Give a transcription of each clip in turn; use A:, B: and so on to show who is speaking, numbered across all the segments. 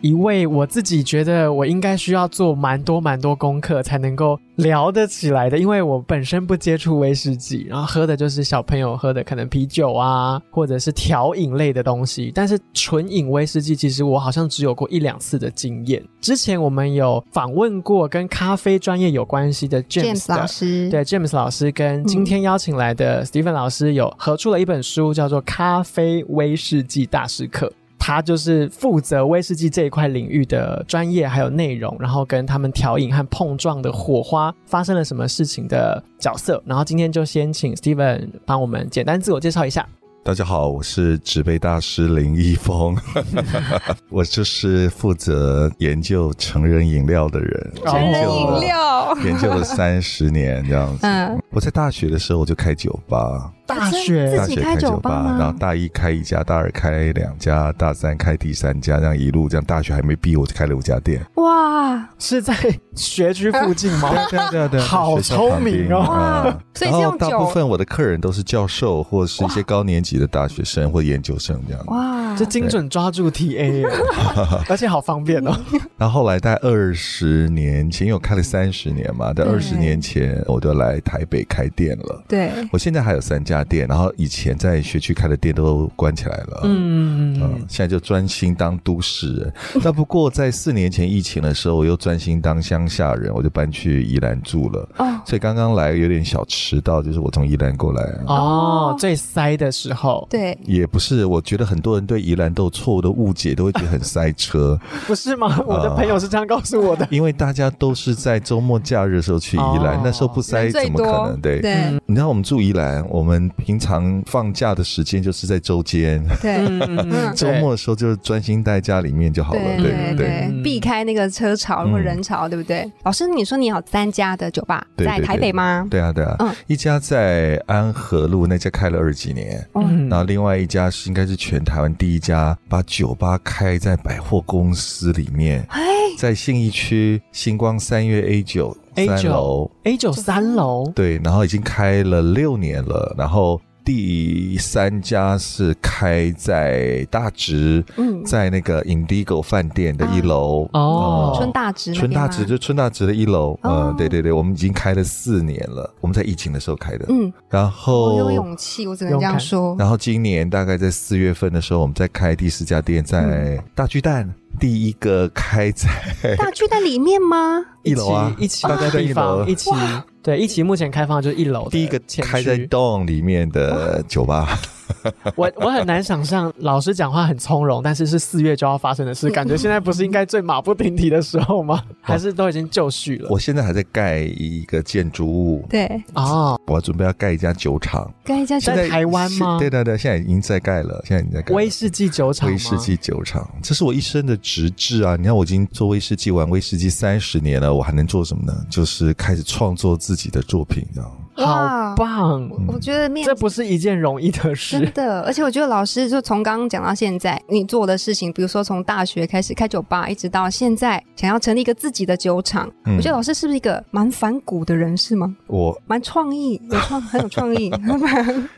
A: 一位我自己觉得我应该需要做蛮多蛮多功课才能够聊得起来的，因为我本身不接触威士忌，然后喝的就是小朋友喝的可能啤酒啊，或者是调饮类的东西。但是纯饮威士忌，其实我好像只有过一两次的经验。之前我们有访问过跟咖啡专业有关系的 James 的
B: 老师，
A: 对 James 老师跟今天邀请来的 Steven 老师有合出了一本书，叫做《咖啡威士忌大师课》，他就是负责威士忌这一块领域的专业还有内容，然后跟他们调饮和碰撞的火花发生了什么事情的角色。然后今天就先请 Steven 帮我们简单自我介绍一下。
C: 大家好，我是植杯大师林一峰， 我就是负责研究成人饮料的人，
A: 成
C: 研
A: 人
C: 究
A: 饮
C: 了
B: 料，
C: 研究了三十年这样子。
B: 嗯，
C: 我在大学的时候我就开酒吧，
A: 大学
B: 自
C: 大
B: 己
C: 学
B: 开
C: 开
B: 酒
C: 酒
B: 吧吗
C: 吧，然后大一开一家，大二开两家，大三开第三家，这样一路这样，大学还没毕业我就开了五家店。
B: 哇
A: 是在学区附近吗？
C: 对啊对啊对啊
A: 好聪明哦
B: 哇！啊所以
C: 嗯然
B: 是
C: 后
B: 用
C: 大部
B: 酒
C: 分我的客人都是教授或者是一些高年级的大学生或研究生这样子。
B: 哇，
A: 这精准抓住 TA，耶而且好方便哦。
C: 然后后来在二十年前，因为我开了三十年嘛，
B: 对
C: 在二十年前我就来台北开店了。
B: 对，
C: 我现在还有三家店，然后以前在学区开的店都关起来了。嗯，
A: 嗯，
C: 现在就专心当都市人。那不过在四年前疫情的时候，我又专心当乡下人，我就搬去宜兰住了。
B: 哦，
C: 所以刚刚来有点小迟到，就是我从宜兰过来啊。
A: 哦
B: 哦，
A: 最塞的时候，
B: 对，
C: 也不是，我觉得很多人对宜兰都有错误的误解，都会觉得很塞车，
A: 不是 吗？我
C: 啊
A: 的朋友是这样告诉我的。
C: 因为大家都是在周末假日的时候去宜兰，
A: 哦
C: 那时候不塞
B: 人最
C: 怎么
B: 多，
C: 可能？对，
B: 对
A: 嗯
C: 你知道我们住宜兰，我们平常放假的时间就是在周间，
B: 对
A: 嗯嗯嗯
C: 周末的时候就专心待家里面就好了，对
B: 对
C: 不对？
A: 嗯
B: 避开那个车潮或
C: 嗯
B: 人潮，对不对？老师，你说你有三家的酒吧
C: 对
B: 在
C: 对
B: 台北吗？
C: 对啊，对啊
B: 嗯，
C: 一家在安和路那家开了二十几年，
B: 哦
A: 嗯
C: 然后另外一家是应该是全台湾第一家把酒吧开在百货公司里面，
B: 哎，
C: 在信义区星光三月 A 九
A: A9
C: 三楼，
A: A 九哎三楼，
C: 对，然后已经开了六年了，然后第三家是开在大直，
B: 嗯，
C: 在那个 Indigo 饭店的一楼
B: 啊
C: 呃
A: 哦
B: 春大直那
C: 春
B: 边吗，
C: 大直就春大直的一楼，
B: 哦
C: 嗯，对对对，我们已经开了四年了，我们在疫情的时候开的，
B: 嗯，
C: 然
B: 我有
C: 后。
B: 勇气，我只能这样说。
C: 然后今年大概在四月份的时候，我们在开第四家店，
B: 嗯
C: 在大巨蛋，第一个开在
B: 大巨蛋里面吗？
C: 一楼啊，
A: 一起
C: 大概在
A: 地
C: 一
A: 方，
C: 楼
A: 一，起对一起目前开放就是一楼的
C: 第一个
A: 前
C: 开在
A: 区
C: Dome 里面的酒吧，
A: 我我很难想象老师讲话很从容，但是是四月就要发生 的事，感觉现在不是应该最马不停蹄的时候 吗？还是都已经就绪了？
C: 我现在还在盖一个建筑物，
B: 对，
A: 哦，
C: 我准备要盖一家酒厂。
B: 跟一家酒
A: 在
C: 现在
A: 台湾吗
C: 对对对，现在已经在盖了，现在已经在盖了
A: 威士忌酒厂吗
C: 威士忌酒厂，这是我一生的职志啊！你看，我已经做威士忌、玩威士忌三十年了，我还能做什么呢？就是开始创作自己的作品，这样。
A: 好棒，
B: 我我觉得面
A: 这不是一件容易的事
B: 真。的，而且我觉得老师就从刚刚讲到现在，你做的事情，比如说从大学开始开酒吧，一直到现在想要成立一个自己的酒厂，
C: 嗯
B: 我觉得老师是不是一个蛮反骨的人，是吗？
C: 我
B: 蛮创意，有创，很有创 意。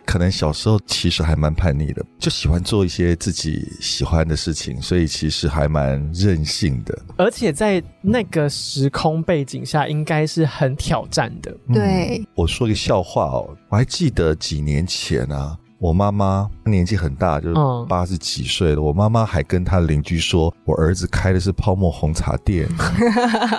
C: 可能小时候其实还蛮叛逆的，就喜欢做一些自己喜欢的事情，所以其实还蛮任性的。
A: 而且在那个时空背景下，应该是很挑战的。
C: 嗯
B: 对，
C: 我说个笑话哦，我还记得几年前啊，我妈妈年纪很大，就是
A: 嗯
C: 八十几岁了。我妈妈还跟她邻居说，我儿子开的是泡沫红茶店，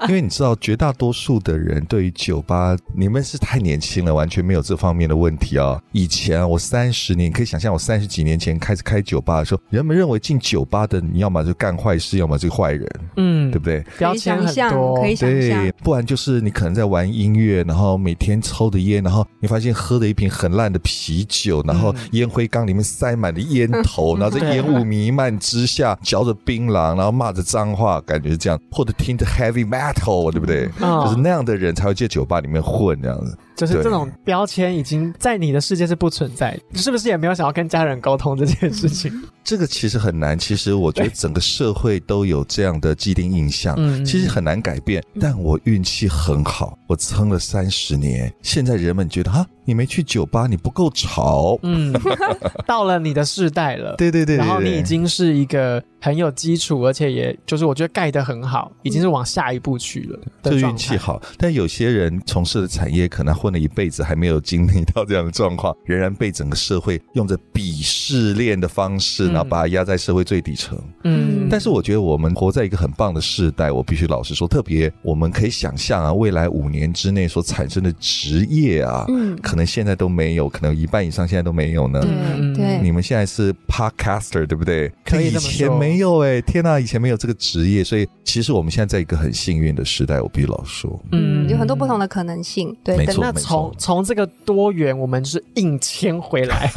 C: 因为你知道，绝大多数的人对于酒吧，你们是太年轻了，完全没有这方面的问题啊。以前啊我三十年，你可以想象，我三十几年前开始开酒吧的时候，人们认为进酒吧的你要么就干坏事，要么就坏人，
A: 嗯
C: 对，不对？
A: 标签
B: 可以想
A: 很
B: 象
A: 多，
B: 可以想象
C: 对，不不然就是你可能在玩音乐，然后每天抽的烟，然后你发现喝了一瓶很烂的啤酒，然后
A: 嗯
C: 烟灰缸里面塞满了烟头，然后在
A: 对
C: 烟雾弥漫之下嚼着槟榔，然后骂着脏话，感觉是这样，或者听着 heavy metal，对不对？
A: 嗯
C: 就是那样的人才会去酒吧里面混这样子。
A: 就是
C: 对
A: 这种标签已经在你的世界是不存在的，你是不是也没有想要跟家人沟通这件事情？
C: 这个其实很难，其实我觉得整个社会都有这样的既定印象，
A: 嗯
C: 其实很难改变。但我运气很好，我撑了三十年，现在人们觉得哈，啊你没去酒吧，你不够吵。
A: 嗯， 到了你的世代了，
C: 对对对对
A: 然后你
C: 对
A: 已经是一个很有基础，而且也就是我觉得盖得很好，已经是往下一步去了的
C: 这
A: 状态，
C: 运气好，但有些人从事的产业可能混了一辈子，还没有经历到这样的状况，仍然被整个社会用着鄙视链的方式，
A: 嗯
C: 然后把它压在社会最底层。
A: 嗯，
C: 但是我觉得我们活在一个很棒的世代，我必须老实说，特别我们可以想象啊，未来五年之内所产生的职业啊，
B: 嗯
C: 可能现在都没有，可能一半以上现在都没有呢。
B: 对
A: 嗯
B: 对
C: 你们现在是 podcaster 对不对？
A: 可以
C: 以
A: 这么说
C: 前没有哎、天呐，以前没有这个职业，所以其实我们现在在一个很幸运的时代，我必须老实说。
B: 嗯，有很多不同的可能性。对
C: 没，
B: 等
C: 错
A: 那从从这个多元，我们是硬迁回 来，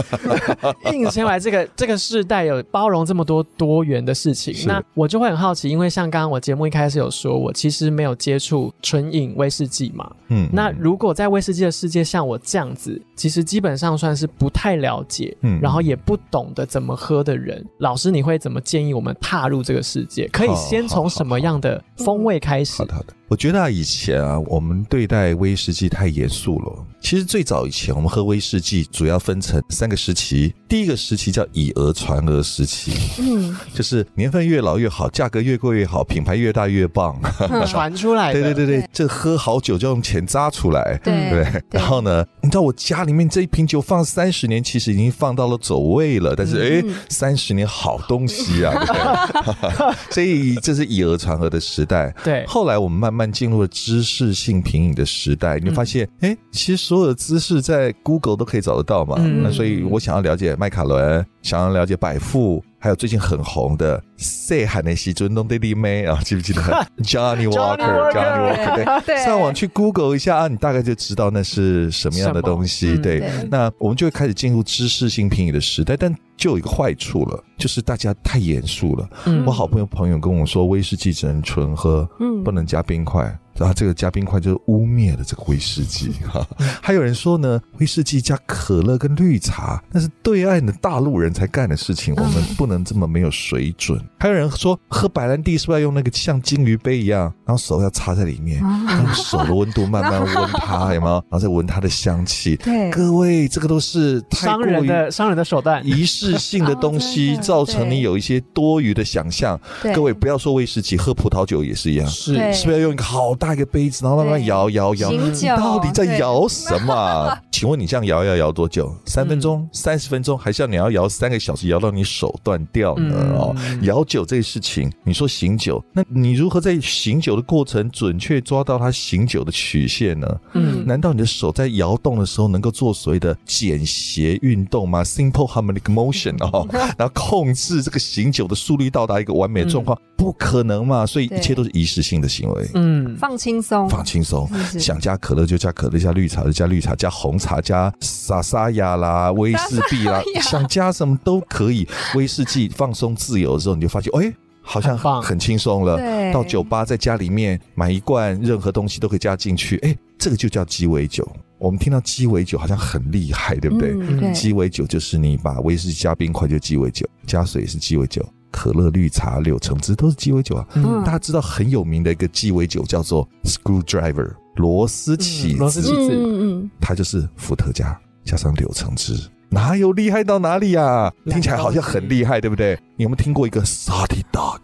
A: 硬迁回来。这个这个世代有包容这么多多元的事情，
C: 是
A: 那我就会很好奇，因为像刚刚我节目一开始有说，我其实没有接触纯饮威士忌嘛。
C: 嗯
A: 那如果在威士忌的世界像我这样子，其实基本上算是不太了解，
C: 嗯
A: 然后也不懂得怎么喝的人，老师你会怎么建议我们踏入这个世界？可以
C: 好
A: 先
C: 好
A: 从什么样的风味开始
C: 好？的，好的。我觉得啊，以前啊，我们对待威士忌太严肃了。其实最早以前，我们喝威士忌主要分成三个时期。第一个时期叫以讹传讹时期，
B: 嗯，
C: 就是年份越老越好，价格越贵越好，品牌越大越棒。
A: 传出来的，
C: 对对对对，这喝好酒就用钱砸出来。
B: 对
C: 对不对，然后呢？你知道我家里面这一瓶酒放三十年，其实已经放到了走位了，但是哎，三十、年好东西啊！对不对 所以这是以讹传讹的时代。
A: 对
C: 后来我们慢慢进入了知识性品饮的时代，你会发现，哎、其实所有的知识在 Google 都可以找得到嘛。
A: 嗯
C: 那所以我想要了解麦卡伦，想要了解百富，还有最近很红的塞罕的西尊东弟弟妹啊，记不 记得 Johnny
A: Walker
C: Walker？Johnny Walker 对。
B: 对
C: 上网去 Google 一下啊，你大概就知道那是什么样的
A: 什
C: 东西。
A: 么嗯
C: 对，
B: 对
C: 那我们就会开始进入知识性品饮的时代，但就有一个坏处了，就是大家太严肃了。
A: 嗯
C: 我好朋友朋友跟我说，威士忌只能纯喝，
B: 嗯
C: 不能加冰块。然后这个加冰块就是污蔑了这个威士忌哈。还有人说呢，威士忌加可乐跟绿茶，那是对岸的大陆人才干的事情，我们不能这么没有水准。还有人说，喝白兰地是不是要用那个像金鱼杯一样，然后手要插在里面，
B: 嗯啊
C: 用手的温度慢慢温它，有没有？然后再闻它的香气。
B: 对
C: 各位，这个都是太
A: 商
C: 过
A: 人
C: 于
A: 的商人的手段，
C: 仪式性的东
B: 哦
C: 西，
B: 真的
C: 造成
B: 对
C: 你有一些多余的想象。
B: 对
C: 各位不要说威士忌，喝葡萄酒也是一样，
A: 是
B: 对
C: 是不是要用一个好大一个杯子，然后慢慢
B: 对
C: 摇摇摇？
B: 醒酒
C: 哦到底在摇什 么啊？请问你这样摇摇摇多久？三分
A: 嗯
C: 钟、三十分钟，还是要你要摇三个小时，摇到你手断掉呢？
A: 嗯
C: 哦，摇酒这个事情，你说醒酒，那你如何在醒酒的过程准确抓到它醒酒的曲线呢？
A: 嗯
C: 难道你的手在摇动的时候能够做所谓的简谐运动吗？Simple harmonic motion 哦，然后控制这个醒酒的速率到达一个完美的状况，不可能嘛？所以
B: 嗯对
C: 一切都是仪式性的行为，
A: 嗯，
B: 放轻松，
C: 放轻松。
B: 是不是
C: 想加可乐就加可乐，加绿茶就加绿茶，加红茶加萨沙亚啦、 威士忌啦
B: 莎莎雅，
C: 想加什么都可以。威士忌放松自由的时候，你就发现，哎、好像
A: 很棒
C: 很轻松了。
B: 对
C: 到酒吧在家里面买一罐，任何东西都可以加进去。哎，这个就叫鸡尾酒。我们听到鸡尾酒好像很厉害，对不对？
B: 嗯对
C: 鸡尾酒就是你把威士忌加冰块就鸡尾酒，加水也是鸡尾酒，可乐、绿茶、柳橙汁都是鸡尾酒啊。
B: 嗯
C: 大家知道很有名的一个鸡尾酒叫做 screwdriver 螺丝起
A: 嗯螺丝
C: 子，
A: 起子
B: 嗯嗯
C: 它就是伏特加加上柳橙汁，哪有厉害到哪里啊？
A: 两个
C: 听起来好像很厉害，对不对？你有没有听过一个 salty dog？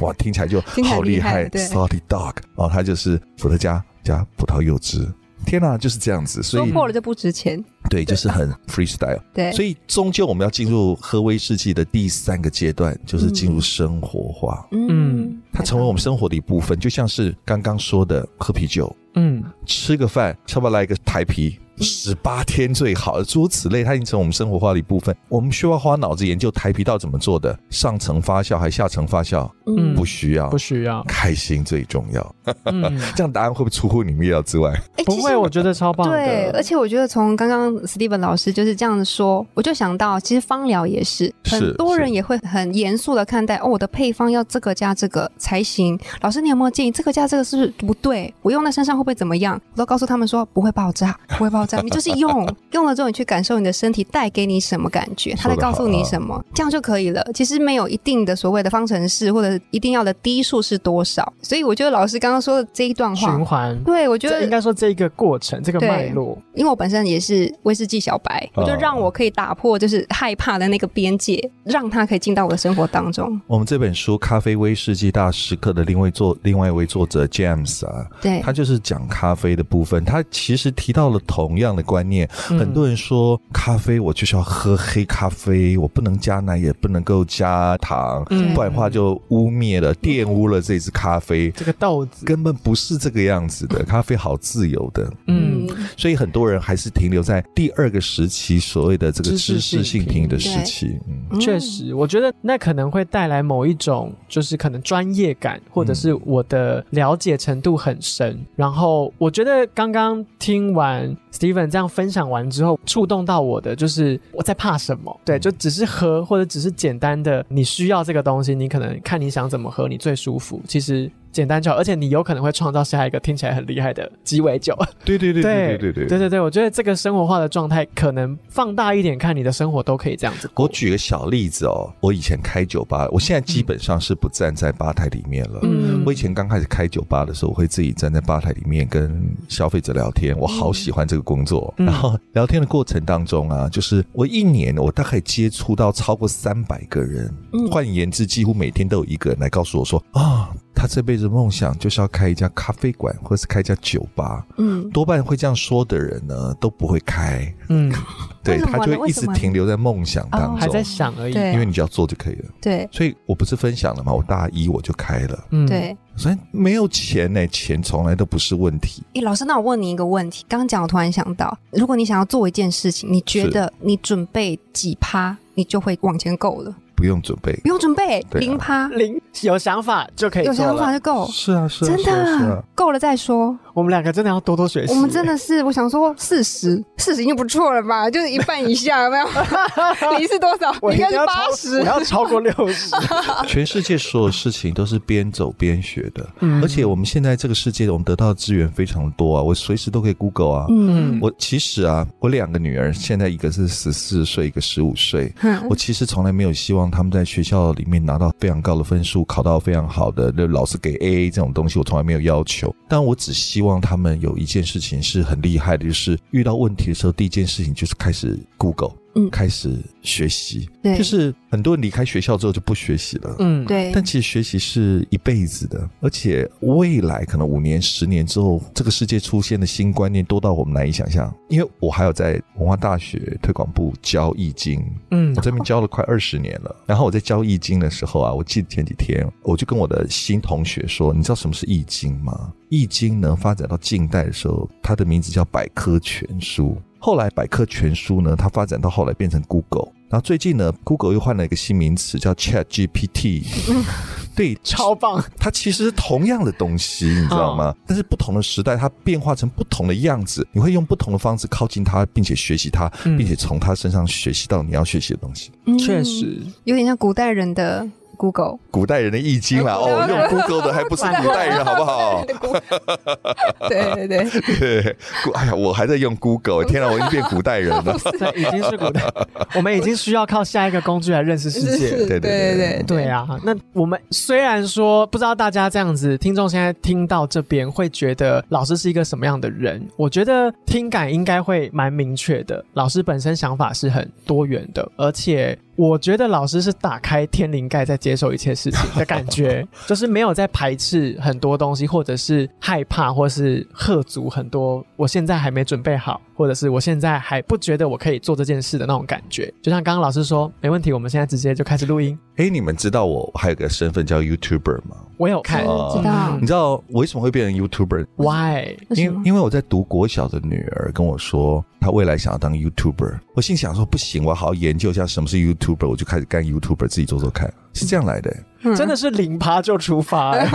C: 哇，听起来就
B: 听起来
C: 好
B: 厉
C: 厉
B: 害
C: 害
B: 对
C: ，salty dog 哦，它就是伏特加加葡萄柚汁。天哪、就是这样子，
B: 嗯，
C: 所
B: 说
C: 以
B: 破了就不值钱，
C: 对，就是很 freestyle。
B: 对，
C: 所以终究我们要进入喝威士忌的第三个阶段，就是进入生活化，
B: 嗯
A: 嗯，
C: 它成为我们生活的一部分，就像是刚刚说的喝啤酒。
A: 嗯
C: 吃个饭，要不要来一个台啤？十八天最好，诸如此类，它已经成我们生活化的一部分。我们需要花脑子研究台啤到怎么做的，上层发酵还下层发酵，
B: 嗯
A: 嗯
C: 不需要
A: 不，需要。
C: 开心最重要。
A: 嗯，
C: 这样答案会不会出乎你们意料之外？
B: 诶
A: 不
B: 哎其
A: 会，
B: 实
A: 我觉得超棒的。
B: 对，而且我觉得从刚刚 Steven 老师就是这样说，我就想到，其实芳疗也是，
C: 是
B: 很多人
C: 是
B: 也会很严肃的看待，哦，我的配方要这个加这个才行。老师，你有没有建议这个加这个是不是不对？我用在身上会不会怎么样？我都告诉他们说不会爆炸，不会爆炸，你就是用，用了之后你去感受你的身体带给你什么感觉，他在
C: 说得
B: 告诉
C: 好
B: 你
C: 啊
B: 什么，这样就可以了。其实没有一定的所谓的方程式，或者一定要的低数是多少。所以我觉得老师刚刚说的这一段话
A: 循。环，
B: 对，我觉
A: 这
B: 得
A: 应该说这一个过程，这个
B: 对
A: 脉络，
B: 因为我本身也是威士忌小白，
C: 啊
B: 我就让我可以打破就是害怕的那个边界，让它可以进到我的生活当中。
C: 我们这本书《咖啡威士忌大师课》的另外作另外一位作者 James 啊，
B: 对
C: 他，就是讲咖啡的部分，他其实提到了同样的观念。
A: 嗯
C: 很多人说咖啡我就是要喝黑咖啡，我不能加奶，也不能够加糖，
B: 嗯
C: 不然的话就污蔑了、玷污了这支咖啡。
A: 这个豆子，
C: 根本不是这个样子的，咖啡好自由的，
A: 嗯，
C: 所以很多人还是停留在第二个时期，所谓的这个知
A: 知
C: 识
A: 识
C: 性
A: 性
C: 平
A: 平
C: 的时期。嗯，
B: 嗯
A: 确，实，我觉得那可能会带来某一种，就是可能专业感，或
C: 嗯
A: 者是我的了解程度很深。然后我觉得刚刚听完 Steven 这样分享完之后，触动到我的就是我在怕什么？
C: 嗯
A: 对，就只是喝，或者只是简单的你需要这个东西，你可能看你想怎么喝，你最舒服。其实。简单就好，而且你有可能会创造下一个听起来很厉害的鸡尾酒。
C: 对对对对对对
A: 对对对，我觉得这个生活化的状态，可能放大一点看，你的生活都可以这样子过。
C: 我举个小例子哦，我以前开酒吧，我现在基本上是不站在吧台里面了。
B: 嗯
C: 我以前刚开始开酒吧的时候，我会自己站在吧台里面跟消费者聊天，
B: 嗯
C: 我好喜欢这个工作。
A: 嗯
C: 然后聊天的过程当中啊，就是我一年我大概接触到超过三百个人，
B: 嗯
C: 换言之，几乎每天都有一个人来告诉我说啊。他这辈子梦想就是要开一家咖啡馆，或是开一家酒吧。
B: 嗯，
C: 多半会这样说的人呢，都不会开，
A: 嗯，
C: 对
B: 为什么
C: 他
B: 呢
C: 就会一
B: 为
C: 直
B: 什么呢
C: 停留在梦想当
B: 哦
A: 还
C: 中
A: 在，想而已。
B: 对
C: 因为你只要做就可以了。
B: 对
C: 所以我不是分享了吗？我大一我就开了，
A: 嗯，
B: 对。
C: 所以没有钱呢、钱从来都不是问题。
B: 诶，老师，那我问你一个问题，刚刚讲我突然想到，如果你想要做一件事情，你觉得你准备几趴，你就会往前够了，
C: 不用准备。
B: 不用准备
C: 对啊
B: 零趴，
A: 零有想法就可以
B: 有
A: 做
B: 想法
A: 了。
B: 就够。
C: 是啊，是啊，
B: 真
C: 是啊，是
B: 的
C: 啊。
B: 够了再说，
A: 我们两个真的要多多学习。
B: 我们真的是，我想说四十，四十已经不错了吧？就是一半以下，有 没有？你是多少？
A: 我
B: 你
A: 一
B: 应
A: 定
B: 该是
A: 要
B: 八
A: 超
B: 十
A: 我。要超过六十。
B: 啊
C: 全世界所有事情都是边走边学的，
A: 嗯
C: 而且我们现在这个世界，我们得到的资源非常多啊，我随时都可以 Google 啊。
B: 嗯，
C: 我其实啊，我两个女儿，现在一个是十四岁，一个十五岁。
B: 哼
C: 我其实从来没有希望他们在学校里面拿到非常高的分数，考到非常好的，就老师给 A A 这种东西，我从来没有要求。但我只希望他们有一件事情是很厉害的，就是遇到问题的时候，第一件事情就是开始 Google，
B: 嗯
C: 开始学习。
B: 对
C: 就是很多人离开学校之后就不学习了。
A: 嗯，
B: 对，
C: 但其实学习是一辈子的，而且未来可能五年、十年之后，这个世界出现的新观念多到我们难以想象。因为我还有在文化大学推广部教《易经》，
A: 嗯
C: 我这边教了快二十年了。然后我在教《易经》的时候啊，我记得前几天我就跟我的新同学说：“你知道什么是《易经》吗？”《易经呢》发展到近代的时候，它的名字叫《百科全书》。后来《百科全书》呢，它发展到后来变成 Google。然后最近呢，Google 又换了一个新名词叫 Chat GPT。对，
A: 超棒。
C: 它其实是同样的东西，你知道吗？但是不同的时代，它变化成不同的样子，你会用不同的方式靠近它，并且学习它，
A: 嗯
C: 并且从它身上学习到你要学习的东西。
B: 嗯
A: 确 实，
B: 有点像古代人的 Google，
C: 古代人的易经 啦，
B: 古代
C: 哦，
B: 人
C: 用 Google 的还不是古代人，好不好？
B: 对对对，
C: 对，古哎呀，我还在用 Google，天哪，我已经变古代人 了。
A: 对，已经是古代，我们已经需要靠下一个工具来认识世界了。
C: 对对
B: 对
C: 对
B: 对
A: 对啊，那我们虽然说不知道大家这样子，听众现在听到这边会觉得老师是一个什么样的人？我觉得听感应该会蛮明确的。老师本身想法是很多元的，而且我觉得老师是打开天灵盖在接受一切事情的感觉， 就是没有在排斥很多东西，或者是害怕，或是喝足很多我现在还没准备好，或者是我现在还不觉得我可以做这件事的那种感觉。就像刚刚老师说，没问题，我们现在直接就开始录音。
C: 哎，你们知道我还有个身份叫 YouTuber 吗？
A: 我有看
C: 哦
B: 知道
C: 你知道我为什么会变成 YouTuber？
A: 嗯，Why？
B: 为什
C: 因为
B: 么？
C: 因为我在读国小的女儿跟我说，她未来想要当 YouTuber，我心想说不行，我要好好研究一下什么是 YouTuber，我就开始干 YouTuber，自己做做看，是这样来的、
B: 嗯
A: 真的是零趴就出发、欸，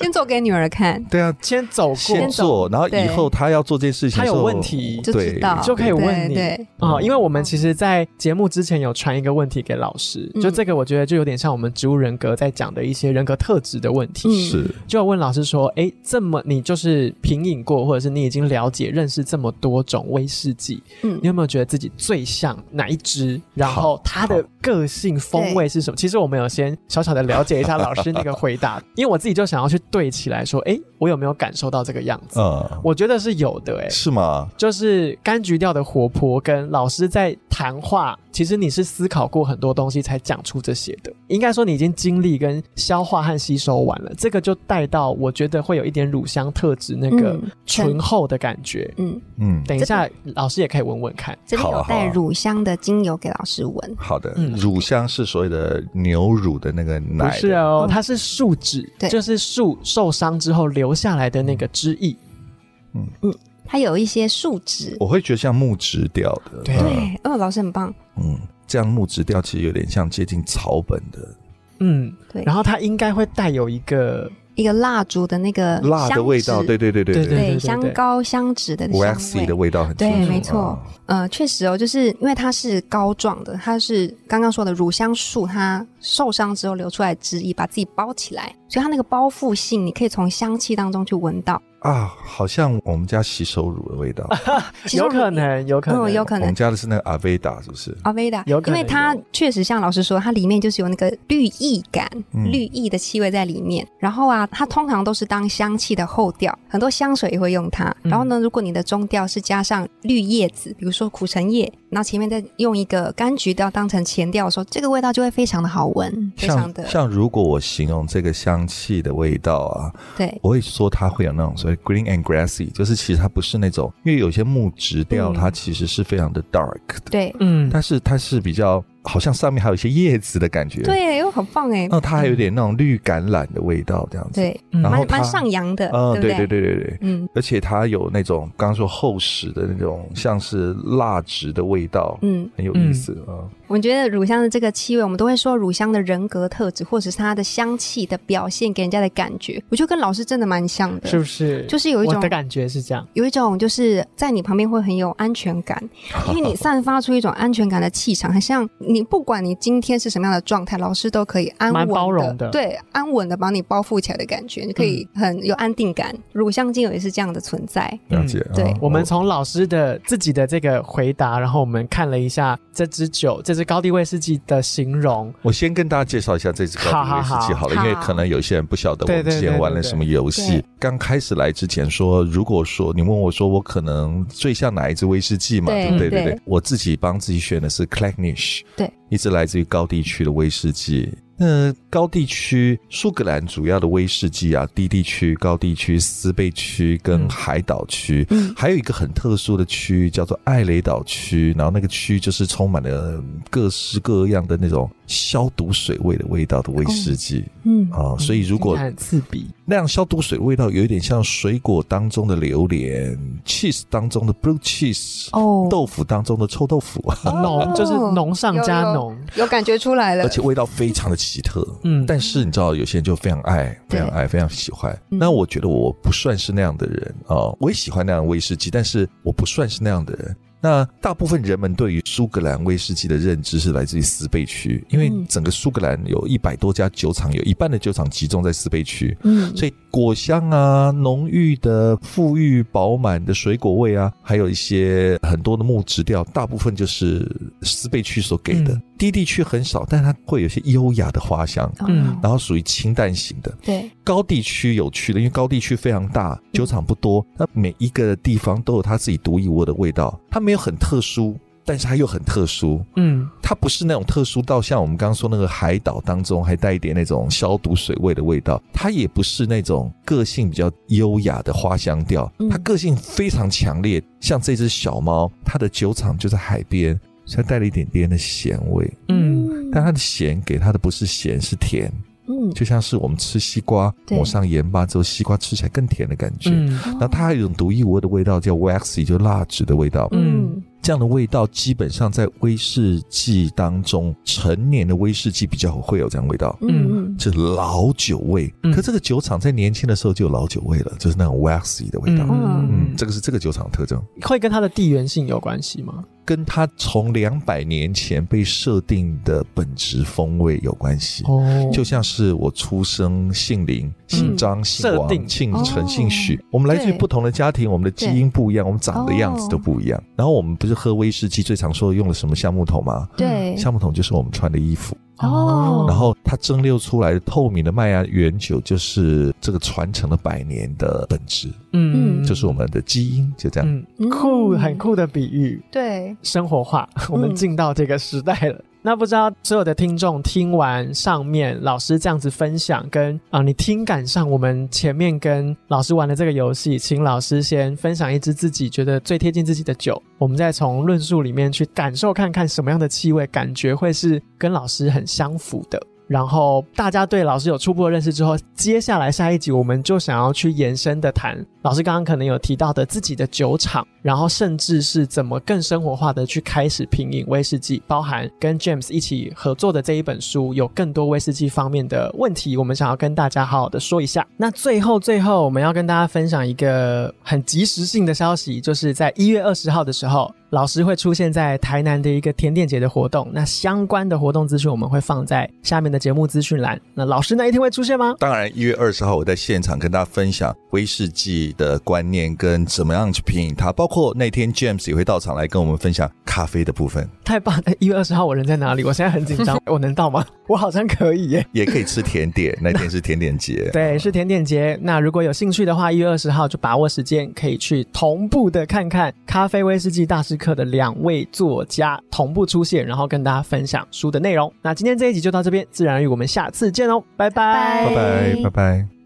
B: 先做给女儿看，
C: 对啊，
A: 先走
C: 先
A: 过
C: 做，然后以后她要做这件事情的
A: 他
C: 时
A: 有
C: 候，
A: 问题
B: 就
C: 对
B: 知道
A: 就可以问你
B: 对
A: 啊、因为我们其实，在节目之前有传一个问题给老师，就
B: 嗯
A: 这个我觉得就有点像我们植物人格在讲的一些人格特质的问题，
B: 嗯
C: 是
A: 就有问老师说，诶，这么你就是品饮过，或者是你已经了解认识这么多种威士忌，
B: 对，嗯
A: 你有没有觉得自己最像哪一支？然后
C: 好
A: 它的个性风味是什么？其实我们有先小小的了解一下老师那个回答，因为我自己就想要去对起来说，诶，我有没有感受到这个样子？
C: 嗯，
A: 我觉得是有的、诶。
C: 是吗？
A: 就是柑橘调的活泼，跟老师在谈话，其实你是思考过很多东西才讲出这些的。应该说你已经经历跟消化和吸收完了，这个就带到我觉得会有一点乳香特质那个
B: 嗯
A: 醇厚的感觉。
B: 嗯，
C: 嗯，
A: 等一下，老师也可以闻闻看。
B: 这边
C: 好
B: 有
C: 啊好啊
B: 带乳香的精油给老师闻，
C: 好的
A: 嗯，
C: 乳香是所谓的牛乳的那个
A: 不
C: 奶，
A: 是哦，
B: 嗯
A: 它是树脂，
B: 对
A: 就是树受伤之后留下来的那个汁液。
B: 它有一些树脂，
C: 我会觉得像木质调的，
A: 对
C: 嗯
B: 对，哦，老师很棒，
C: 嗯，这样木质调其实有点像接近草本的
A: 嗯，
B: 对
A: 然后它应该会带有一个
B: 一个蜡烛的那个
C: 辣的味道，
B: 呃香脂
C: 对对对对
A: 对
C: 对
A: 对对
B: 香膏香脂的香
C: ，waxy
B: 味
C: 的味道很清楚，
B: 对没错
C: 啊
B: 呃，确实哦，就是因为它是膏状的，它是刚刚说的乳香树，它受伤之后流出来汁液，把自己包起来，所以它那个包覆性，你可以从香气当中去闻到。
C: 啊，好像我们家洗手乳的 味道，
B: 其实
A: 有
B: 我
A: 可，能，有可能，
B: 嗯，有可
C: 我
B: 能
C: 们。家的是那个阿维达，是不是？
B: 阿维达，
A: 有可
B: 因
A: 能
B: 为它确实像老师说，它里面就是有那个绿意感、
C: 嗯
B: 绿意的气味在里面。然后啊，它通常都是当香气的后调，很多香水也会用它。
A: 嗯
B: 然后呢，如果你的中调是加上绿叶子，比如说苦橙叶，然后前面再用一个柑橘调当成前调的时候，这个味道就会非常的好闻，非常
C: 像
B: 的
C: 像如果我形容这个香气的味道啊，
B: 对。
C: 我会说它会有那种所谓 green and grassy，就是其实它不是那种，因为有些木质调
A: 嗯
C: 它其实是非常的 dark 的，
B: 对
A: 嗯，
C: 但是它是比较好像上面还有一些叶子的感觉，，
B: 对，又很棒哎，
C: 那它还有点那种绿橄榄的味道这样子，
B: 对，
A: 嗯
C: 嗯然后
B: 蛮
C: 它
B: 蛮上扬的，
C: 嗯，
B: 不
C: 对对对对对。
B: 嗯
C: 而且它有那种刚刚说厚实的那种，像是蜡质的味道，
B: 嗯，
C: 很有意思啊。
B: 我觉得乳香的这个气味，我们都会说乳香的人格特质，或者是它的香气的表现给人家的感觉，我觉得跟老师真的蛮像的，
A: 是不是？
B: 就是有一
A: 我
B: 种
A: 的感觉是这样。
B: 有一种就是在你旁边会很有安全感，
C: 嗯
B: 因为你散发出一种安全感的气场，很像你不管你今天是什么样的状态，老师都可以安稳
A: 蛮
B: 地
A: 包容的
B: 对，安稳的把你包覆起来的感觉，你可以很有安定感。乳香精油也是这样的存在，
C: 了解，
B: 对
C: 啊
A: 我们从老师的自己的这个回答，然后我们看了一下这支酒，这支高地威士忌的形容。
C: 我先跟大家介绍一下这支高
A: 好
C: 地
A: 好
C: 威士忌
A: 好
C: 好了，因为可能有些人不晓得我
A: 对
C: 们
A: 对
C: 之前
A: 对
C: 玩了
A: 对
C: 什么游
B: 对
C: 戏。刚开始来之前说，如果说你问我说我可能最像哪一支威士忌嘛，
B: 对
C: 对不对？
B: 对
C: 对对，我自己帮自己选的是 Clacknish，
B: 对，
C: 一支来自于高地区的威士忌。那高地区苏格兰主要的威士忌啊，低地区、高地区、斯贝区
A: 嗯
C: 跟海岛区，
B: 嗯
C: 还有一个很特殊的区域叫做艾雷岛区，然后那个区就是充满了各式各样的那种消毒水味的味道的威士忌
B: 嗯
C: 啊、所以如
A: 听起
C: 果
A: 来很刺鼻，
C: 那样消毒水味道有一点像水果当中的榴莲，cheese 当中的 blue cheese，、
B: 哦，
C: 豆腐当中的臭豆腐，
A: 浓就是浓上加
B: 有有
A: 浓。
B: 有感觉出来了，
C: 而且味道非常的奇特。
A: 嗯，
C: 但是你知道，有些人就非常爱，非
B: 对
C: 常爱，非常喜欢。
B: 嗯
C: 那我觉得我不算是那样的人啊、我也喜欢那样的威士忌，但是我不算是那样的人。那大部分人们对于苏格兰威士忌的认知是来自于斯贝区，因为
B: 嗯
C: 整个苏格兰有一百多家酒厂，有一半的酒厂集中在斯贝区，
B: 嗯，
C: 所以果香啊、浓郁的、馥郁饱满的水果味啊，还有一些很多的木质调，大部分就是斯贝区所给的
A: 嗯。
C: 低地区很少，但它会有一些优雅的花香，
B: 哦
A: 嗯
C: 然后属于清淡型的。
B: 对，
C: 高地区有趣的，因为高地区非常大，酒厂不多，那每一个地方都有它自己独一无二的味道，它没有很特殊。但是它又很特殊，
A: 嗯，
C: 它不是那种特殊到像我们刚刚说那个海岛当中还带一点那种消毒水味的味道，它也不是那种个性比较优雅的花香调
B: 嗯，
C: 它个性非常强烈。像这只小猫，它的酒厂就在海边，所以它带了一点点的咸味，
A: 嗯，
C: 但它的咸给它的不是咸是甜，
B: 嗯，
C: 就像是我们吃西瓜
B: 对
C: 抹上盐巴之后，西瓜吃起来更甜的感觉。
A: 嗯
C: 然后它还有一种独一无二的味道，叫 waxy，就蜡质的味道。
B: 嗯
C: 这样的味道基本上在威士忌当中，成年的威士忌比较会有这样的味道。
B: 嗯嗯
C: 这老酒味，
A: 嗯
C: 可这个酒厂在年轻的时候就有老酒味了，就是那种 waxy 的味道。
B: 嗯
C: 嗯，这个是这个酒厂的特征，
A: 会跟它的地缘性有关系吗？
C: 跟它从两百年前被设定的本质风味有关系。
B: 嗯
A: 哦
C: 就像是我出生姓林、姓张、姓
A: 设定
C: 王、姓
B: 哦
C: 陈、姓许，我们来自于
B: 对
C: 不同的家庭，我们的基因不一样，我们长的样子都不一样。然后我们不是喝威士忌最常说用了什么橡木桶吗？
B: 对，
C: 橡木桶就是我们穿的衣服，
B: 哦
C: 然后它蒸馏出来的透明的麦芽原酒，就是这个传承了百年的本质，
B: 嗯
C: 就是我们的基因，就这样。
A: 嗯酷
B: 嗯
A: 很酷的比喻，
B: 对，
A: 生活化，我们进到这个时代了。那不知道所有的听众听完上面老师这样子分享，跟啊、你听感上，我们前面跟老师玩的这个游戏，请老师先分享一支自己觉得最贴近自己的酒，我们再从论述里面去感受看看什么样的气味，感觉会是跟老师很相符的。然后大家对老师有初步的认识之后，接下来下一集我们就想要去延伸的谈老师刚刚可能有提到的自己的酒厂，然后甚至是怎么更生活化的去开始品饮威士忌，包含跟 James 一起合作的这一本书，有更多威士忌方面的问题，我们想要跟大家好好的说一下。那最后最后我们要跟大家分享一个很及时性的消息，就是在一月二十号的时候，老师会出现在台南的一个甜点节的活动，那相关的活动资讯我们会放在下面的节目资讯栏。那老师那一天会出现吗？
C: 当然，一月二十号我在现场跟大家分享威士忌的观念跟怎么样去品饮它，包括那天 James 也会到场来跟我们分享咖啡的部分，
A: 太棒！了！一月二十号我人在哪里？我现在很紧张， 我能到吗？我好像可以耶。
C: 也可以吃甜点。那天是甜点节，
A: 对，是甜点节。那如果有兴趣的话，一月二十号就把握时间，可以去同步的看看《咖啡威士忌大师课》的两位作家同步出现，然后跟大家分享书的内容。那今天这一集就到这边，自然而语，我们下次见哦，拜拜
C: 拜拜，拜拜。